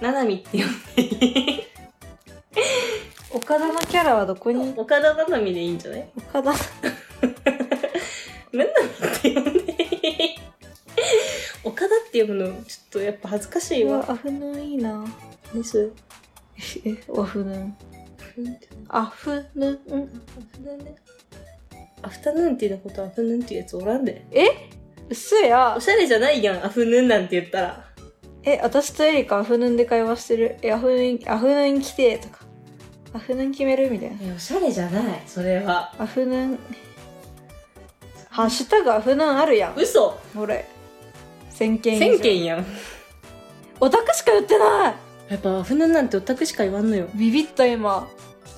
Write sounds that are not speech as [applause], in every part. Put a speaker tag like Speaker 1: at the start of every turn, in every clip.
Speaker 1: ななみって呼んでいい
Speaker 2: 岡田のキャラはどこに
Speaker 1: 岡田ななみでいいんじゃない
Speaker 2: 岡田
Speaker 1: ななみって呼んでいい岡田って呼ぶのちょっとやっぱ恥ずかしいわ。
Speaker 2: はアフヌーンいいな。
Speaker 1: 何それ
Speaker 2: え、アフヌーン。アフヌーン。
Speaker 1: アフタヌーンティーのことアフヌーンっていうやつおらんで。
Speaker 2: うっせや
Speaker 1: お。しゃれじゃないやん、アフヌーンなんて言ったら。
Speaker 2: え、私とエリカアフヌーンで会話してる。え、アフヌーン、アフヌーン来て、とか。アフヌーン決めるみたいな。
Speaker 1: え、おしゃれじゃない、それは。
Speaker 2: アフヌーン。ハッシュタグアフヌーンあるやん。
Speaker 1: 嘘
Speaker 2: これ。1000件以上。
Speaker 1: 千件やん。
Speaker 2: オタクしか言ってない
Speaker 1: やっぱアフヌーンなんてオタクしか言わんのよ。
Speaker 2: ビビった今。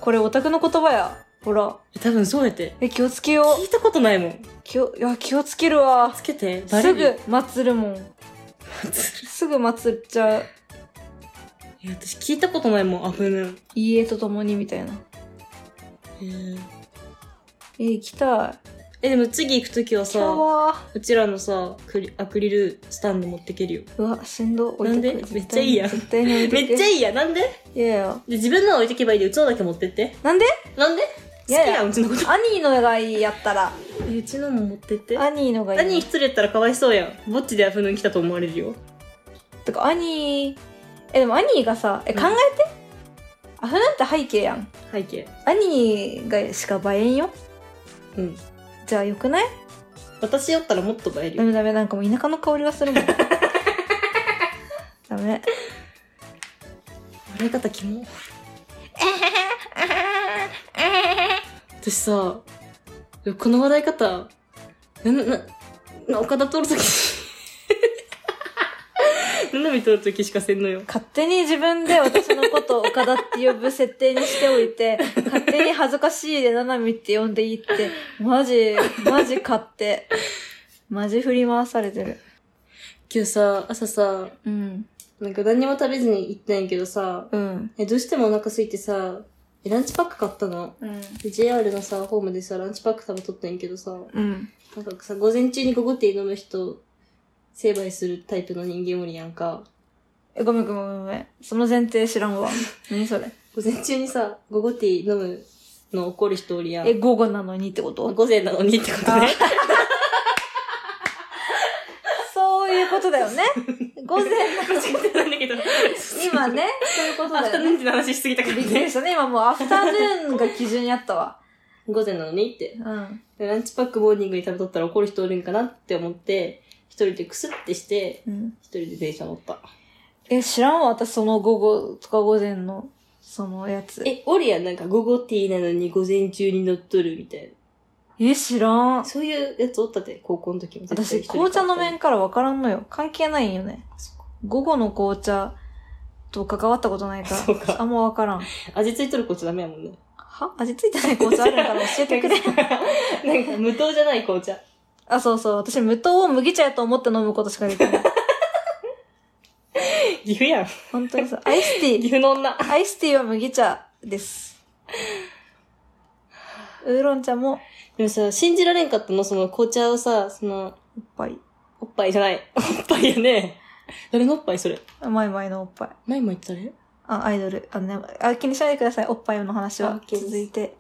Speaker 2: これオタクの言葉や。ほら。
Speaker 1: 多分そうやって。
Speaker 2: え、気をつけよ
Speaker 1: 聞いたことないもん。
Speaker 2: う。気を、いや、気をつけるわ。
Speaker 1: つけて、バレ
Speaker 2: す
Speaker 1: る。
Speaker 2: ぐ、祭るもん。すぐ祭っちゃう。
Speaker 1: [laughs] いや、私聞いたことないもん、アフヌーン。
Speaker 2: 家と共にみたいな。え、行きたい。
Speaker 1: え、でも次行くときは
Speaker 2: 行きた
Speaker 1: さ、
Speaker 2: わ
Speaker 1: うちらのさ、クリアクリルスタンド持ってけるよ。
Speaker 2: うわ、しんど。置いてく
Speaker 1: なんでめっちゃいいやん
Speaker 2: 絶対に置
Speaker 1: め
Speaker 2: いて
Speaker 1: っ
Speaker 2: く
Speaker 1: ちゃいいや、なんで
Speaker 2: いやいや。
Speaker 1: で自分のは置いてけばいいで、うちのだけ持ってって。
Speaker 2: なんで
Speaker 1: なんで好き
Speaker 2: いやいや
Speaker 1: やん、うちのこと。
Speaker 2: 兄のがいいやったら。
Speaker 1: えうちのも持ってって。
Speaker 2: 兄のがいい。
Speaker 1: 兄一人やったらかわいそうやん。ぼっちでアフヌーン来たと思われるよ。
Speaker 2: とか、兄、え、でも兄がさ、え、
Speaker 1: うん
Speaker 2: 考えて。アフなんて背景やん。
Speaker 1: 背景。
Speaker 2: 兄がしか映えんよ。
Speaker 1: うん。
Speaker 2: じゃあよくない
Speaker 1: 私やったらもっと映える
Speaker 2: ダ
Speaker 1: よ。
Speaker 2: メダメ、なんかもう田舎の香りが
Speaker 1: [laughs]
Speaker 2: するもん。ダメ。
Speaker 1: 笑い方キモ。 [laughs] 私さ、この笑い方、な、な、な、岡田通 [laughs] るとき、斜め通るときしかせんのよ。
Speaker 2: 勝手に自分で私のことを岡田って呼ぶ設定にしておい [laughs] て、勝手に恥ずかしいでななみって呼んでいいって、マジ、マジ勝手。マジ振り回されてる。
Speaker 1: 今日さ、朝さ、
Speaker 2: うん。
Speaker 1: なんか何にも食べずに行ったんやけどさ、
Speaker 2: うん。
Speaker 1: え、どうしてもお腹空いてさ、えランチパック買ったの。
Speaker 2: うん。
Speaker 1: で JR のさ、ホームでさ、ランチパック食べとったんやけどさ、
Speaker 2: うん。
Speaker 1: なんかさ、午前中にゴゴティー飲む人、成敗するタイプの人間おりやんか。
Speaker 2: えごめんごめんごめん。その前提知らん [laughs] わ。何それ。
Speaker 1: 午前中にさ、午後ティー飲むの怒る人おりやん。
Speaker 2: え、午後なのにってこと
Speaker 1: 午前なのにってことね。
Speaker 2: そういうことだよね。午前なのに。
Speaker 1: 間違ってないんだけど。
Speaker 2: 今ね、そういうこと
Speaker 1: アフ
Speaker 2: だ
Speaker 1: タ
Speaker 2: よ
Speaker 1: ヌーン
Speaker 2: ね。
Speaker 1: ティーの話しすぎたから
Speaker 2: びっくり
Speaker 1: ね。
Speaker 2: したね。今もうアフタヌーンが基準にあったわ。
Speaker 1: 午前なのにって。
Speaker 2: うん。
Speaker 1: ランチパックモーニングに食べとったら怒る人おるんかなって思って、一人でクスってして、
Speaker 2: うん。
Speaker 1: 一人で電車乗った。
Speaker 2: え、知らんわ。私その午後とか午前の、そのやつ。
Speaker 1: え、おるやん、なんか午後ティーなのに午前中に乗っとるみたい
Speaker 2: え、知らん
Speaker 1: な。。そういうやつおったって、高校の時も絶対
Speaker 2: 私、
Speaker 1: 一人
Speaker 2: 紅茶飲め
Speaker 1: 買っ
Speaker 2: んから分からんのよ。関係ないんよ
Speaker 1: た
Speaker 2: ね。
Speaker 1: りそっか
Speaker 2: 午後の紅茶と関わったことない
Speaker 1: [laughs]
Speaker 2: か、
Speaker 1: そうから
Speaker 2: あんま分からん。
Speaker 1: 味ついとる紅茶ダメやもんね。
Speaker 2: は味ついてない紅茶あるから教えて
Speaker 1: [laughs]
Speaker 2: くれ。
Speaker 1: なんか無糖じゃない紅茶。
Speaker 2: あ、そうそう。私、無糖を麦茶やと思って飲むことしかできない。
Speaker 1: 岐阜やん。
Speaker 2: 本当にそう。アイスティ
Speaker 1: 岐
Speaker 2: ー。
Speaker 1: 阜の女。
Speaker 2: アイスティーは麦茶です。ウーロン茶も
Speaker 1: でもさ、信じられんかったの、その紅茶をさ、その、
Speaker 2: おっぱい。
Speaker 1: おっぱいじゃ [laughs] ない。おっぱいやね。誰のおっぱいそれ。
Speaker 2: マイマイのおっぱい。
Speaker 1: 前も言ってたね。
Speaker 2: あ、アイドル。あ、ね、あ気にしないでください。おっぱいの話
Speaker 1: あ
Speaker 2: は。
Speaker 1: OK です
Speaker 2: 続いて。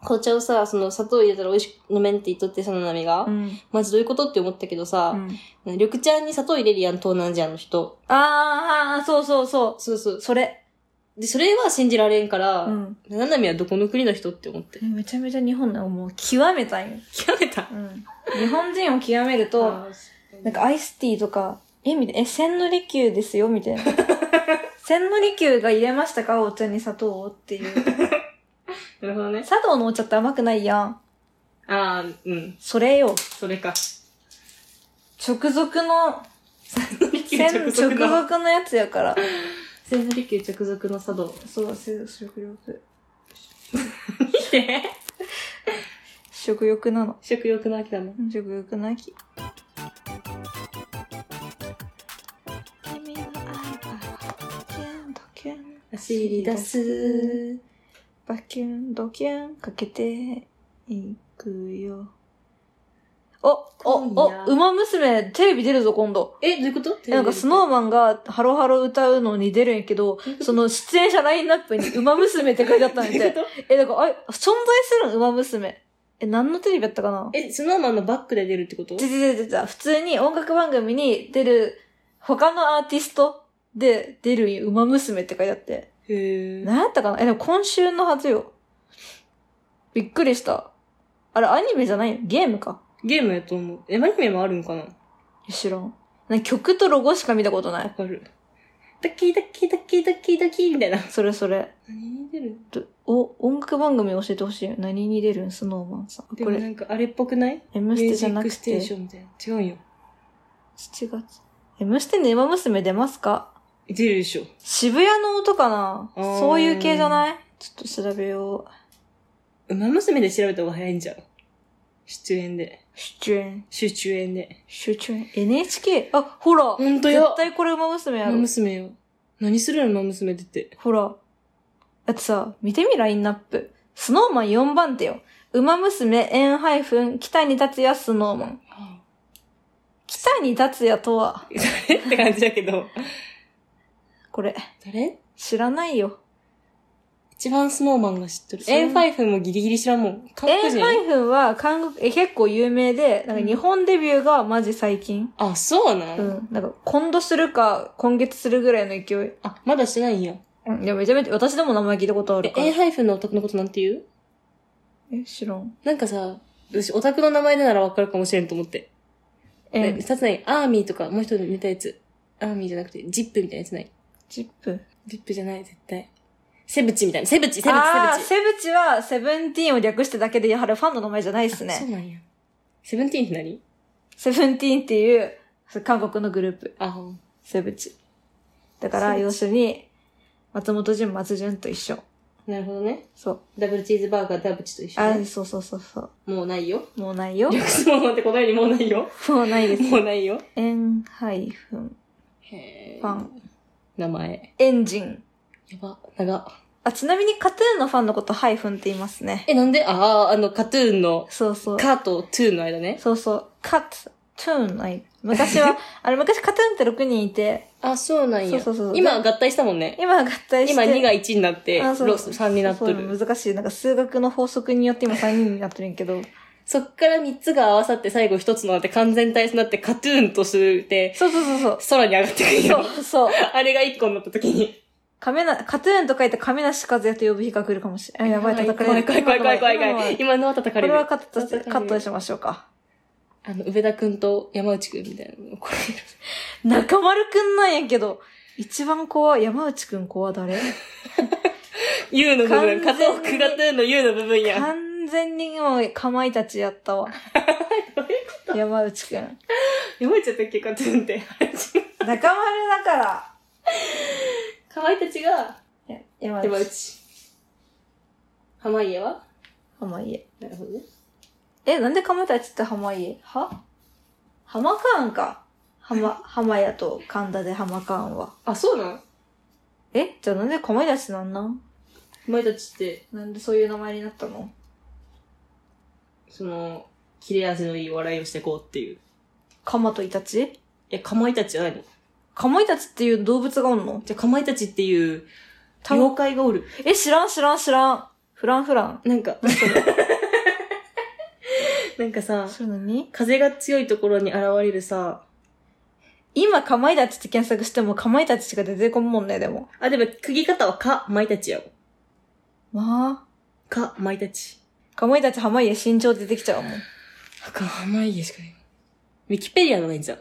Speaker 1: 紅茶をさ、その砂糖入れたら美味しく飲めんって言っとってさ、ななみが。
Speaker 2: うん。
Speaker 1: マジどういうことって思ったけど
Speaker 2: う
Speaker 1: さ、
Speaker 2: ん
Speaker 1: 緑茶に砂糖入れるやん、東南アジアの人。
Speaker 2: あー、そうそうそ
Speaker 1: そうそう
Speaker 2: う。。それ。
Speaker 1: で、それは信じられんから、
Speaker 2: うん。
Speaker 1: ななみはどこの国の人って思って。
Speaker 2: めちゃめちゃ日本のもう極めたんよ。
Speaker 1: 極めた。
Speaker 2: うん。日本人を極めると、なんかアイスティーとか、え、みたいな、え、千利休ですよ、みた
Speaker 1: [laughs]
Speaker 2: いな。千利休が入れましたかお茶に砂糖をっていう。 [laughs]
Speaker 1: なるほどね。
Speaker 2: 砂糖のお茶って甘くないやん。
Speaker 1: ああ、うん。
Speaker 2: それよ。
Speaker 1: それか。
Speaker 2: 直属の、
Speaker 1: [laughs]
Speaker 2: 千、
Speaker 1: 直
Speaker 2: 直
Speaker 1: 属の。
Speaker 2: 属のやつ
Speaker 1: [laughs]
Speaker 2: やから。
Speaker 1: 千利休直属の茶道。
Speaker 2: そう、せ食欲。
Speaker 1: [laughs] 見て
Speaker 2: 食欲なの。
Speaker 1: 食欲の秋だもん。
Speaker 2: 食欲なき。
Speaker 1: 走り出す。
Speaker 2: バキュンドキュンかけていくよ。お、お、
Speaker 1: 今夜
Speaker 2: お、馬娘、テレビ出るぞ、今度。
Speaker 1: え、どういうこと
Speaker 2: なんか、スノーマンが、ハロハロ歌うのに出るんや
Speaker 1: [laughs]
Speaker 2: けど、その出演者ラインナップに、馬娘って書いてあったんや
Speaker 1: どういう [laughs] こ。
Speaker 2: て
Speaker 1: と
Speaker 2: え、だから、あれ、存在するん馬娘。え、何のテレビやったかな
Speaker 1: え、スノーマンのバックで出るってこと
Speaker 2: 出て出てた。普通に音楽番組に出る、他のアーティストで出るんよ馬娘って書いてあって。
Speaker 1: へえ。
Speaker 2: 何やったかなえ、でも今週のはずよ。びっくりした。あれ、アニメじゃないよ。ゲームか。
Speaker 1: ゲームやと思う。え、アニメもあるんかなわ
Speaker 2: 知らん。なんか曲とロゴしか見たことない。
Speaker 1: かる。ドキドキドキドキドキみたいな。
Speaker 2: それそれ。
Speaker 1: 何に出る
Speaker 2: どお、音楽番組教えてほしい。何に出るんスノーマンさん。
Speaker 1: で
Speaker 2: こ
Speaker 1: も
Speaker 2: れ
Speaker 1: な、んかあれっぽくない
Speaker 2: M
Speaker 1: ミ
Speaker 2: ス
Speaker 1: ュ
Speaker 2: テ
Speaker 1: ー
Speaker 2: じ
Speaker 1: ジ
Speaker 2: ゃ
Speaker 1: ッ
Speaker 2: な
Speaker 1: ク
Speaker 2: く
Speaker 1: ステ
Speaker 2: て、
Speaker 1: ー
Speaker 2: 7
Speaker 1: ションみたいな。違うんよ。
Speaker 2: 月。M ステの馬娘出ますか
Speaker 1: 出るでしょ。
Speaker 2: 渋谷の音かな
Speaker 1: あー
Speaker 2: そういう系じゃないちょっと調べよう。
Speaker 1: 馬娘で調べた方が早いんじゃん。出演で。
Speaker 2: 出演。
Speaker 1: 集中演で。
Speaker 2: 出演。NHK? あ、ほら
Speaker 1: ほんとよ
Speaker 2: 絶。対これ馬娘や
Speaker 1: 馬
Speaker 2: ろ。
Speaker 1: 娘よ。何するの馬娘出て。
Speaker 2: ほら。だってさ、見てみ、ラインナップ。スノーマン4番手よ。馬娘、エンハイフン、北に達也、スノーマン。北に達也とは、
Speaker 1: 誰 [laughs] って感じだけど。
Speaker 2: これ、
Speaker 1: 誰
Speaker 2: 知らないよ。
Speaker 1: 一番スノーマンが知ってる。
Speaker 2: そう
Speaker 1: エンファイフもギリギリ知らんもん。韓
Speaker 2: エ
Speaker 1: 国
Speaker 2: ン
Speaker 1: 人
Speaker 2: ハイフンは韓国、え、結構有名で、なんか日本デビューがマジ最近。
Speaker 1: あ、そうな、
Speaker 2: うんん。なんか、今度するか、今月するぐらいの勢い。
Speaker 1: あ、まだしてないんや。
Speaker 2: うん。いや、めちゃめちゃ、私でも名前聞いたことある
Speaker 1: え、
Speaker 2: から
Speaker 1: エン。ハイフのオタクのことなんて言う
Speaker 2: え、知らん。
Speaker 1: なんかさ、私オタクの名前でならわかるかもしれんと思って。
Speaker 2: え
Speaker 1: え、、二つない。アーミーとか、もう一人寝たやつ。アーミーじゃなくて、ジップみたいなやつない。
Speaker 2: ジップ。
Speaker 1: ジップじゃない、絶対。セブチみたいな。セブチ、セブチ、
Speaker 2: あー
Speaker 1: セブチ。
Speaker 2: セブチは、セブンティーンを略してだけで、やはりファンの名前じゃないです
Speaker 1: あそう
Speaker 2: ね。
Speaker 1: なんや。セブンティーンって何
Speaker 2: セブンティーンっていう、そう韓国のグループ。
Speaker 1: あ、ほん
Speaker 2: セブチ。だから、
Speaker 1: セブチ
Speaker 2: 要するに、松本潤、松潤と一緒。
Speaker 1: なるほどね。
Speaker 2: そう。
Speaker 1: ダブルチーズバーガー、ダブチと一緒、
Speaker 2: あ
Speaker 1: ね、
Speaker 2: そうそうそうそう。
Speaker 1: もうないよ。
Speaker 2: もうないよ。
Speaker 1: リョクスモーマンってこのようにもうないよ。
Speaker 2: [laughs] もうないです。
Speaker 1: もうないよ。
Speaker 2: エンハイフン、
Speaker 1: へ
Speaker 2: ファ。ン、
Speaker 1: 名前。
Speaker 2: エンジン。
Speaker 1: やば、長。
Speaker 2: あ、ちなみにカトゥーンのファンのことハイフンって言いますね。
Speaker 1: え、なんでああ、あの、カトゥーンの、
Speaker 2: そうそう。
Speaker 1: カとトゥーンの間ね。
Speaker 2: そうそう。カトゥーンない。昔
Speaker 1: [laughs]
Speaker 2: は、あれ昔カトゥーンって6人いて、
Speaker 1: あ、そうなんや。
Speaker 2: そうそうそう
Speaker 1: 今合体したもんね。
Speaker 2: 今合体して。
Speaker 1: 今2が1になって、
Speaker 2: あそう
Speaker 1: ロス3になっと
Speaker 2: そう
Speaker 1: る。
Speaker 2: 難しい。なんか数学の法則によって今3人になってるんやけど。
Speaker 1: そっから3つが合わさって最後1つになって完全体となってカトゥーンとして
Speaker 2: [laughs] そうそうそうそう。
Speaker 1: 空に上がってくるよ。
Speaker 2: そうそう。
Speaker 1: あれが1個になった時に。
Speaker 2: 亀な、カトゥーンと書いて亀梨和也と呼ぶ日が来るかもしれない。あやばい、叩かれる。
Speaker 1: 怖い怖い怖い怖い
Speaker 2: 今のは
Speaker 1: 怖い。今のは叩
Speaker 2: こ
Speaker 1: かれ
Speaker 2: れ
Speaker 1: る。
Speaker 2: はカットし
Speaker 1: 叩かれる
Speaker 2: カットしましょうか。
Speaker 1: あの、上田くんと山内くんみたいなの怒られる。
Speaker 2: 中丸くんなんやけど、一番怖い、山内くん怖誰
Speaker 1: U の部分、加
Speaker 2: 完
Speaker 1: 藤
Speaker 2: 全に
Speaker 1: くがトゥーンの U の部分や。
Speaker 2: 完全にもうかまいたちやった [laughs] わ。山内くん。
Speaker 1: 山内だったっけカトゥーンっ
Speaker 2: [laughs]
Speaker 1: て。
Speaker 2: 中丸だから。
Speaker 1: かわいたちが、
Speaker 2: や山
Speaker 1: 山
Speaker 2: 内。
Speaker 1: 内。濱家は
Speaker 2: 濱家。
Speaker 1: なるほどね。
Speaker 2: え、なんでかまいたちって濱家は浜カーンか。浜、浜屋と神田で浜カーンは。
Speaker 1: あ、そうなん
Speaker 2: えじゃあなんでかまいたちなんなん
Speaker 1: お前たちって、
Speaker 2: なんでそういう名前になったの
Speaker 1: その、切れ味のいい笑いをしてこうっていう。い
Speaker 2: かまとイタチ
Speaker 1: や、かまいたちは何
Speaker 2: かまいたちっていう動物がおんの
Speaker 1: じゃあ、かまいたちっていう、
Speaker 2: た
Speaker 1: 妖怪がおる。
Speaker 2: え、知らん知らん知らん。フランフラン。
Speaker 1: なん [laughs] か、なんかさ、
Speaker 2: それ何
Speaker 1: 風が強いところに現れるさ、
Speaker 2: 今、かまいたちって検索しても、かまいたちしか出てこんもんね、でも。
Speaker 1: あ、でも、区切り方はか、まいたちやわ。
Speaker 2: ま
Speaker 1: か、まいたち。
Speaker 2: あ。かまいたち濱家身長出てきちゃうもん。
Speaker 1: か、まい家しかない。ウィキペディアのないじゃん。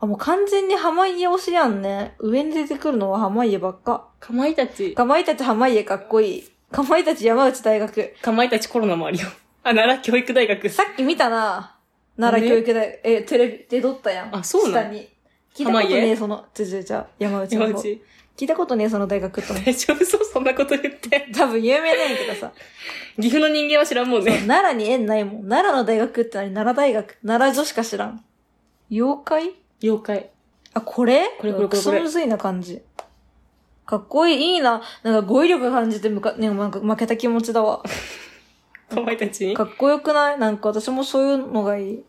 Speaker 2: あ、もう完全に濱家推しやんね。上に出てくるのは濱家ばっか。
Speaker 1: かまいたち。
Speaker 2: かまいたち濱家かっこいい。かまいたち山内大学。
Speaker 1: かまいたちコロナもあるよ。あ、奈良教育大学。
Speaker 2: さっき見たな。奈良教育大学。え、テレビで撮ったやん。
Speaker 1: あそうな
Speaker 2: 下
Speaker 1: の
Speaker 2: に。聞いたこと
Speaker 1: 濱
Speaker 2: ね
Speaker 1: 家
Speaker 2: え、その、じゃじゃじゃ、山内
Speaker 1: 山
Speaker 2: の方。聞
Speaker 1: 内。
Speaker 2: いたことねえ、その大学と思って。
Speaker 1: 大丈夫そうそんなこと言って。
Speaker 2: 多分有名なんやけどさ。
Speaker 1: 岐阜の人間は知らんもんね。
Speaker 2: 奈良に縁ないもん。奈良の大学って何奈良大学。奈良女しか知らん。妖怪
Speaker 1: 妖怪。
Speaker 2: あ、これ
Speaker 1: これこれこれこれ
Speaker 2: クソむずいな感じ。かっこいい、いいな。なんか語彙力感じてむか、ね、なんか負けた気持ちだわ。
Speaker 1: かまいたちに
Speaker 2: かっこよくないなんか私もそういうのがいい。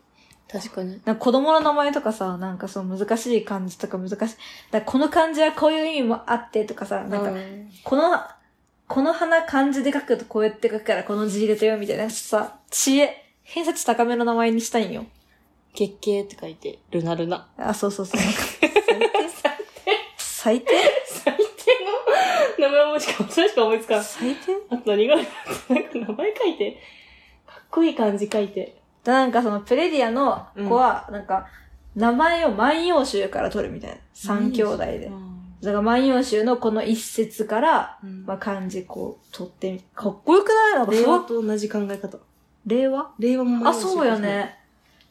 Speaker 1: 確かに。
Speaker 2: なんか子供の名前とかさ、なんかそう難しい漢字とか難しい。だからこの漢字はこういう意味もあってとかさ、なんか、
Speaker 1: うん
Speaker 2: この、この花漢字で書くとこうやって書くからこの字入れてよみたいなさ、知恵、偏差値高めの名前にしたいんよ。
Speaker 1: 月経って書いて、ルナルナ。
Speaker 2: あ、そうそうそう。なんか最低
Speaker 1: 最低の名前もしかも、それしか思いつかん。
Speaker 2: 最低
Speaker 1: あと何があるなんか名前書いて、かっこいい漢字書いて。
Speaker 2: だなんかそのプレディアの子は、なんか、名前を万葉集から取るみたいな。三兄弟で。
Speaker 1: う
Speaker 2: だから万葉集のこの一節から、
Speaker 1: ん。
Speaker 2: まあ、
Speaker 1: ま
Speaker 2: 漢字こう取ってみかっこよくないなん
Speaker 1: あ、
Speaker 2: か
Speaker 1: 令和
Speaker 2: そう
Speaker 1: と同じ考え方。
Speaker 2: 令和
Speaker 1: 令和も
Speaker 2: あ、そうよ。ね。だか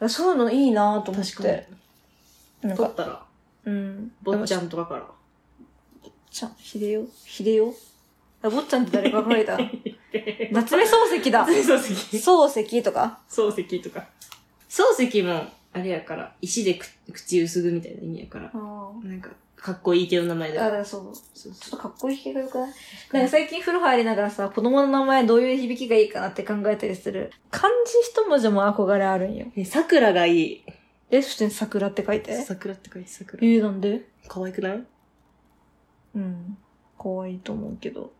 Speaker 2: らそういうのいいなと思っ
Speaker 1: 確か
Speaker 2: て。な
Speaker 1: に。
Speaker 2: ん
Speaker 1: 取
Speaker 2: か
Speaker 1: っ、たら、
Speaker 2: うん。
Speaker 1: 坊ちゃんとかから。
Speaker 2: ちゃん、ひでよ、ひでよ。あ坊ちゃんって誰が考え [laughs] た夏目漱石だ。
Speaker 1: [laughs] 漱石。
Speaker 2: [laughs] 漱石とか。
Speaker 1: 漱石とか。漱石も、あれやから、石でく口薄ぐみたいな意味やから
Speaker 2: あ。ー
Speaker 1: なんか、かっこいい系の名前
Speaker 2: あ、だ
Speaker 1: だ
Speaker 2: か
Speaker 1: よ。
Speaker 2: らそう。
Speaker 1: そう
Speaker 2: ちょっ
Speaker 1: そ
Speaker 2: と
Speaker 1: う
Speaker 2: かっこいい系がよくないなんか最近風呂入りながらさ、子供の名前どういう響きがいいかなって考えたりする。漢字一文字も憧れあるんよ。
Speaker 1: ね桜がいい。
Speaker 2: え、普通に桜って書いて。え
Speaker 1: 桜って書いて桜。
Speaker 2: ー、なんで
Speaker 1: 可愛くない
Speaker 2: うん。可愛いと思うけど。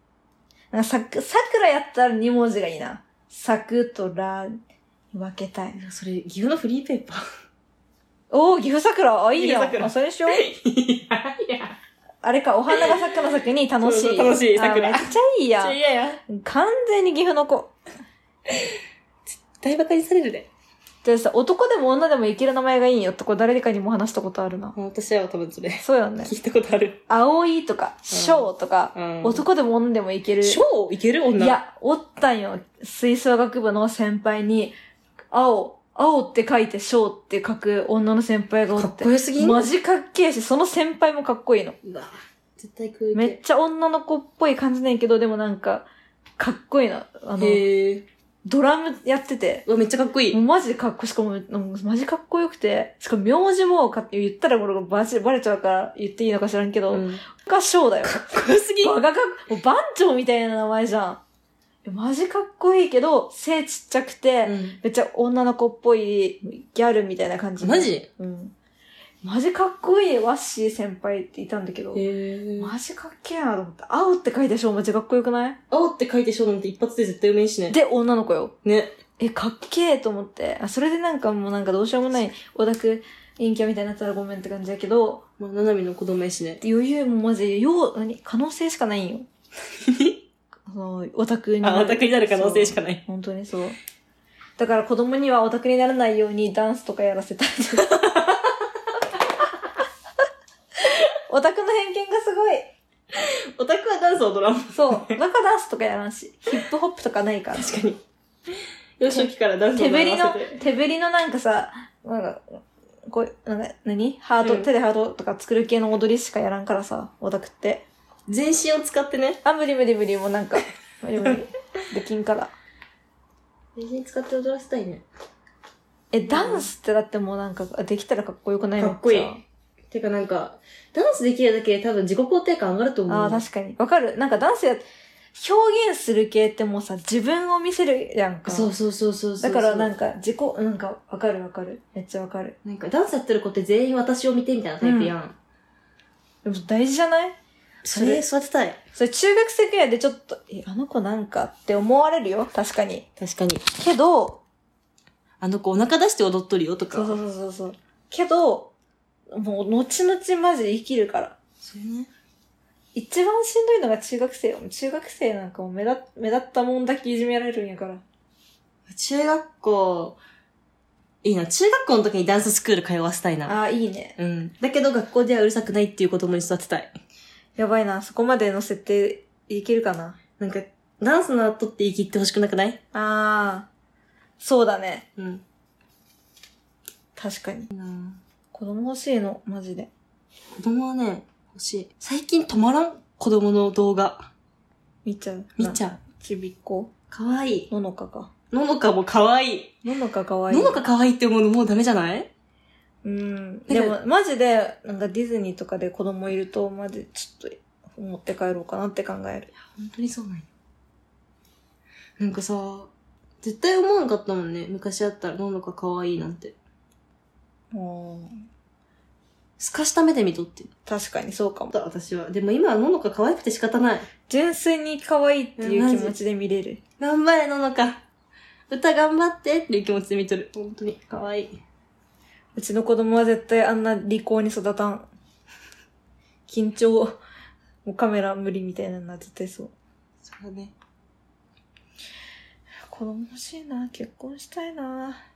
Speaker 2: なんかさく、桜やったら二文字がいいな。桜とらに分けたい。
Speaker 1: いやそれ、岐阜のフリーペーパー。
Speaker 2: おー、岐阜桜あ、いいや
Speaker 1: 岐阜桜
Speaker 2: ん。あ、それにしよう。
Speaker 1: [laughs] いやいや。
Speaker 2: あれか、お花が桜の作に楽しい。
Speaker 1: そうそう楽しい桜
Speaker 2: あめっちゃいいやん。
Speaker 1: 嫌や。
Speaker 2: 完全に岐阜の子。
Speaker 1: 大バカにされるで。
Speaker 2: でさ、男でも女でもいける名前がいいよってこれ誰かにも話したことあるな。
Speaker 1: 私は多分それ。
Speaker 2: そうよね。
Speaker 1: 聞いたことある。
Speaker 2: 葵とか、翔とか、
Speaker 1: ん
Speaker 2: 男でも女でもいける。
Speaker 1: ショーいける
Speaker 2: い
Speaker 1: 女。
Speaker 2: や、おったんよ。吹奏楽部の先輩に、青、青って書いて翔って書く女の先輩がお
Speaker 1: か
Speaker 2: っ。
Speaker 1: ってこよすぎん
Speaker 2: マジかっけえし、その先輩もかっこいいの。
Speaker 1: うわ絶対食う
Speaker 2: めっちゃ女の子っぽい感じなんやけど、でもなんか、かっこいいな。あの、
Speaker 1: へえ。
Speaker 2: ドラムやってて、
Speaker 1: うわ、めっちゃかっこい
Speaker 2: もう
Speaker 1: い。
Speaker 2: マジでかっこしかも、もうマジかっこよくて、しかも名字もか言ったら俺バチバレちゃうから言っていいのか知らんけど、
Speaker 1: うんか
Speaker 2: が翔だよ。
Speaker 1: っこよすぎん
Speaker 2: バカかっもう番長みたいな名前じゃん。いやマジかっこいいけど、背ちっちゃくて、
Speaker 1: うん
Speaker 2: めっちゃ女の子っぽいギャルみたいな感じ。
Speaker 1: マジ
Speaker 2: うん。マジかっこいいワッシー先輩っていたんだけど、
Speaker 1: へえ。
Speaker 2: マジかっけえなと思って。青って書いてしょ、マジかっこよくない
Speaker 1: 青って書いてショーなんて一発で絶対うめえしね。
Speaker 2: で、女の子よ。
Speaker 1: ね。
Speaker 2: え、かっけえと思って。あ、それでなんかもうなんかどうしようもない、オタク、陰キャみたいになったらごめんって感じだけど、
Speaker 1: まあ、ななみの子供やしね。
Speaker 2: 余裕もマジ、よう、何可能性しかない
Speaker 1: [laughs]
Speaker 2: んよ。その、オタクになる。
Speaker 1: あ、オタクになる可能性し
Speaker 2: か
Speaker 1: かない。
Speaker 2: 本当にそう。だから子供にはオタクにならないようにダンスとかやらせたい。
Speaker 1: [laughs]
Speaker 2: オタクの偏見がすごい。
Speaker 1: オタクはダンス踊らん。
Speaker 2: そう。だからダンスとかやらんし、ヒップホップとかないから。
Speaker 1: 確かに。幼少期からダンス
Speaker 2: 手
Speaker 1: を
Speaker 2: ぶり
Speaker 1: 習
Speaker 2: の
Speaker 1: わせて、
Speaker 2: 手ぶりのなんかさ、なんか、こう、なんか、何ハート、
Speaker 1: うん
Speaker 2: 手でハートとか作る系の踊りしかやらんからさ、オタクって。
Speaker 1: 全身を使ってね。
Speaker 2: あ、無理無理無理、もうなんか、無理無理。できんから。
Speaker 1: 全身使って踊らせたいね。
Speaker 2: え、ダンスってだってもうなんか、できたらかっこよくない
Speaker 1: かっこいい
Speaker 2: めちゃ
Speaker 1: てかなんか、ダンスできるだけで多分自己肯定感上がると思う。
Speaker 2: ああ、確かに。わかるなんかダンスや、表現する系ってもうさ、自分を見せるやんか。
Speaker 1: そうそうそうそうそう。
Speaker 2: だからな
Speaker 1: なん
Speaker 2: んか、自己、なんか、わかるわかる。めっちゃわかる。
Speaker 1: かダンスやってる子って全員私を見てみたいなタイプやん。
Speaker 2: でも大事じゃない
Speaker 1: それ育てたい。
Speaker 2: それ中学生くらいでちょっと、え、あの子なんかって思われるよ。確かに。
Speaker 1: 確かに。
Speaker 2: けど、
Speaker 1: あの子お腹出して踊っとるよとか。
Speaker 2: そうそうそうそうそう。けど、もう、後々マジで生きるから。
Speaker 1: それね。
Speaker 2: 一番しんどいのが中学生よ。中学生なんかもう目立目立ったもんだけいじめられるんやから。
Speaker 1: 中学校、いいな。中学校の時にダンススクール通わせたいな。
Speaker 2: ああー、いいね。
Speaker 1: うん。だけど学校ではうるさくないっていう子供に育てたい。
Speaker 2: やばいな。そこまでの設定いけるかな。
Speaker 1: なんか、ダンスの後って言い切ってほしくなくない
Speaker 2: ああ、そうだね。
Speaker 1: うん。
Speaker 2: 確かに。子供欲しいの、マジで。
Speaker 1: 子供はね、欲しい。最近止まらん子供の動画。
Speaker 2: 見ちゃう。
Speaker 1: 見ち
Speaker 2: ゃう。
Speaker 1: ゃ
Speaker 2: ちびっこ。
Speaker 1: う。かわいい。
Speaker 2: ののかか。
Speaker 1: ののかもかわいい。
Speaker 2: ののかかわいい。
Speaker 1: ののかかわいいって思うのもうダメじゃない
Speaker 2: うん。
Speaker 1: か
Speaker 2: でも、マジで、なんかディズニーとかで子供いると、マジちょっと、持って帰ろうかなって考える。
Speaker 1: 本当にそうなんよ。なんかさ、絶対思わんかったもんね。昔あったらののかかわいいなんて。透かした目で見とって。
Speaker 2: 確かにそうかも。
Speaker 1: 私は。でも今はののか可愛くて仕方ない。
Speaker 2: 純粋に可愛いっていう気持ちで見れる。
Speaker 1: 頑張れ、ののか。歌頑張ってっていう気持ちで見とる。本当に。可愛い。
Speaker 2: うちの子供は絶対あんな利口に育たん。緊張。もうカメラ無理みたいなのは絶対そう。
Speaker 1: そうだね。
Speaker 2: 子供欲しいな。結婚したいな。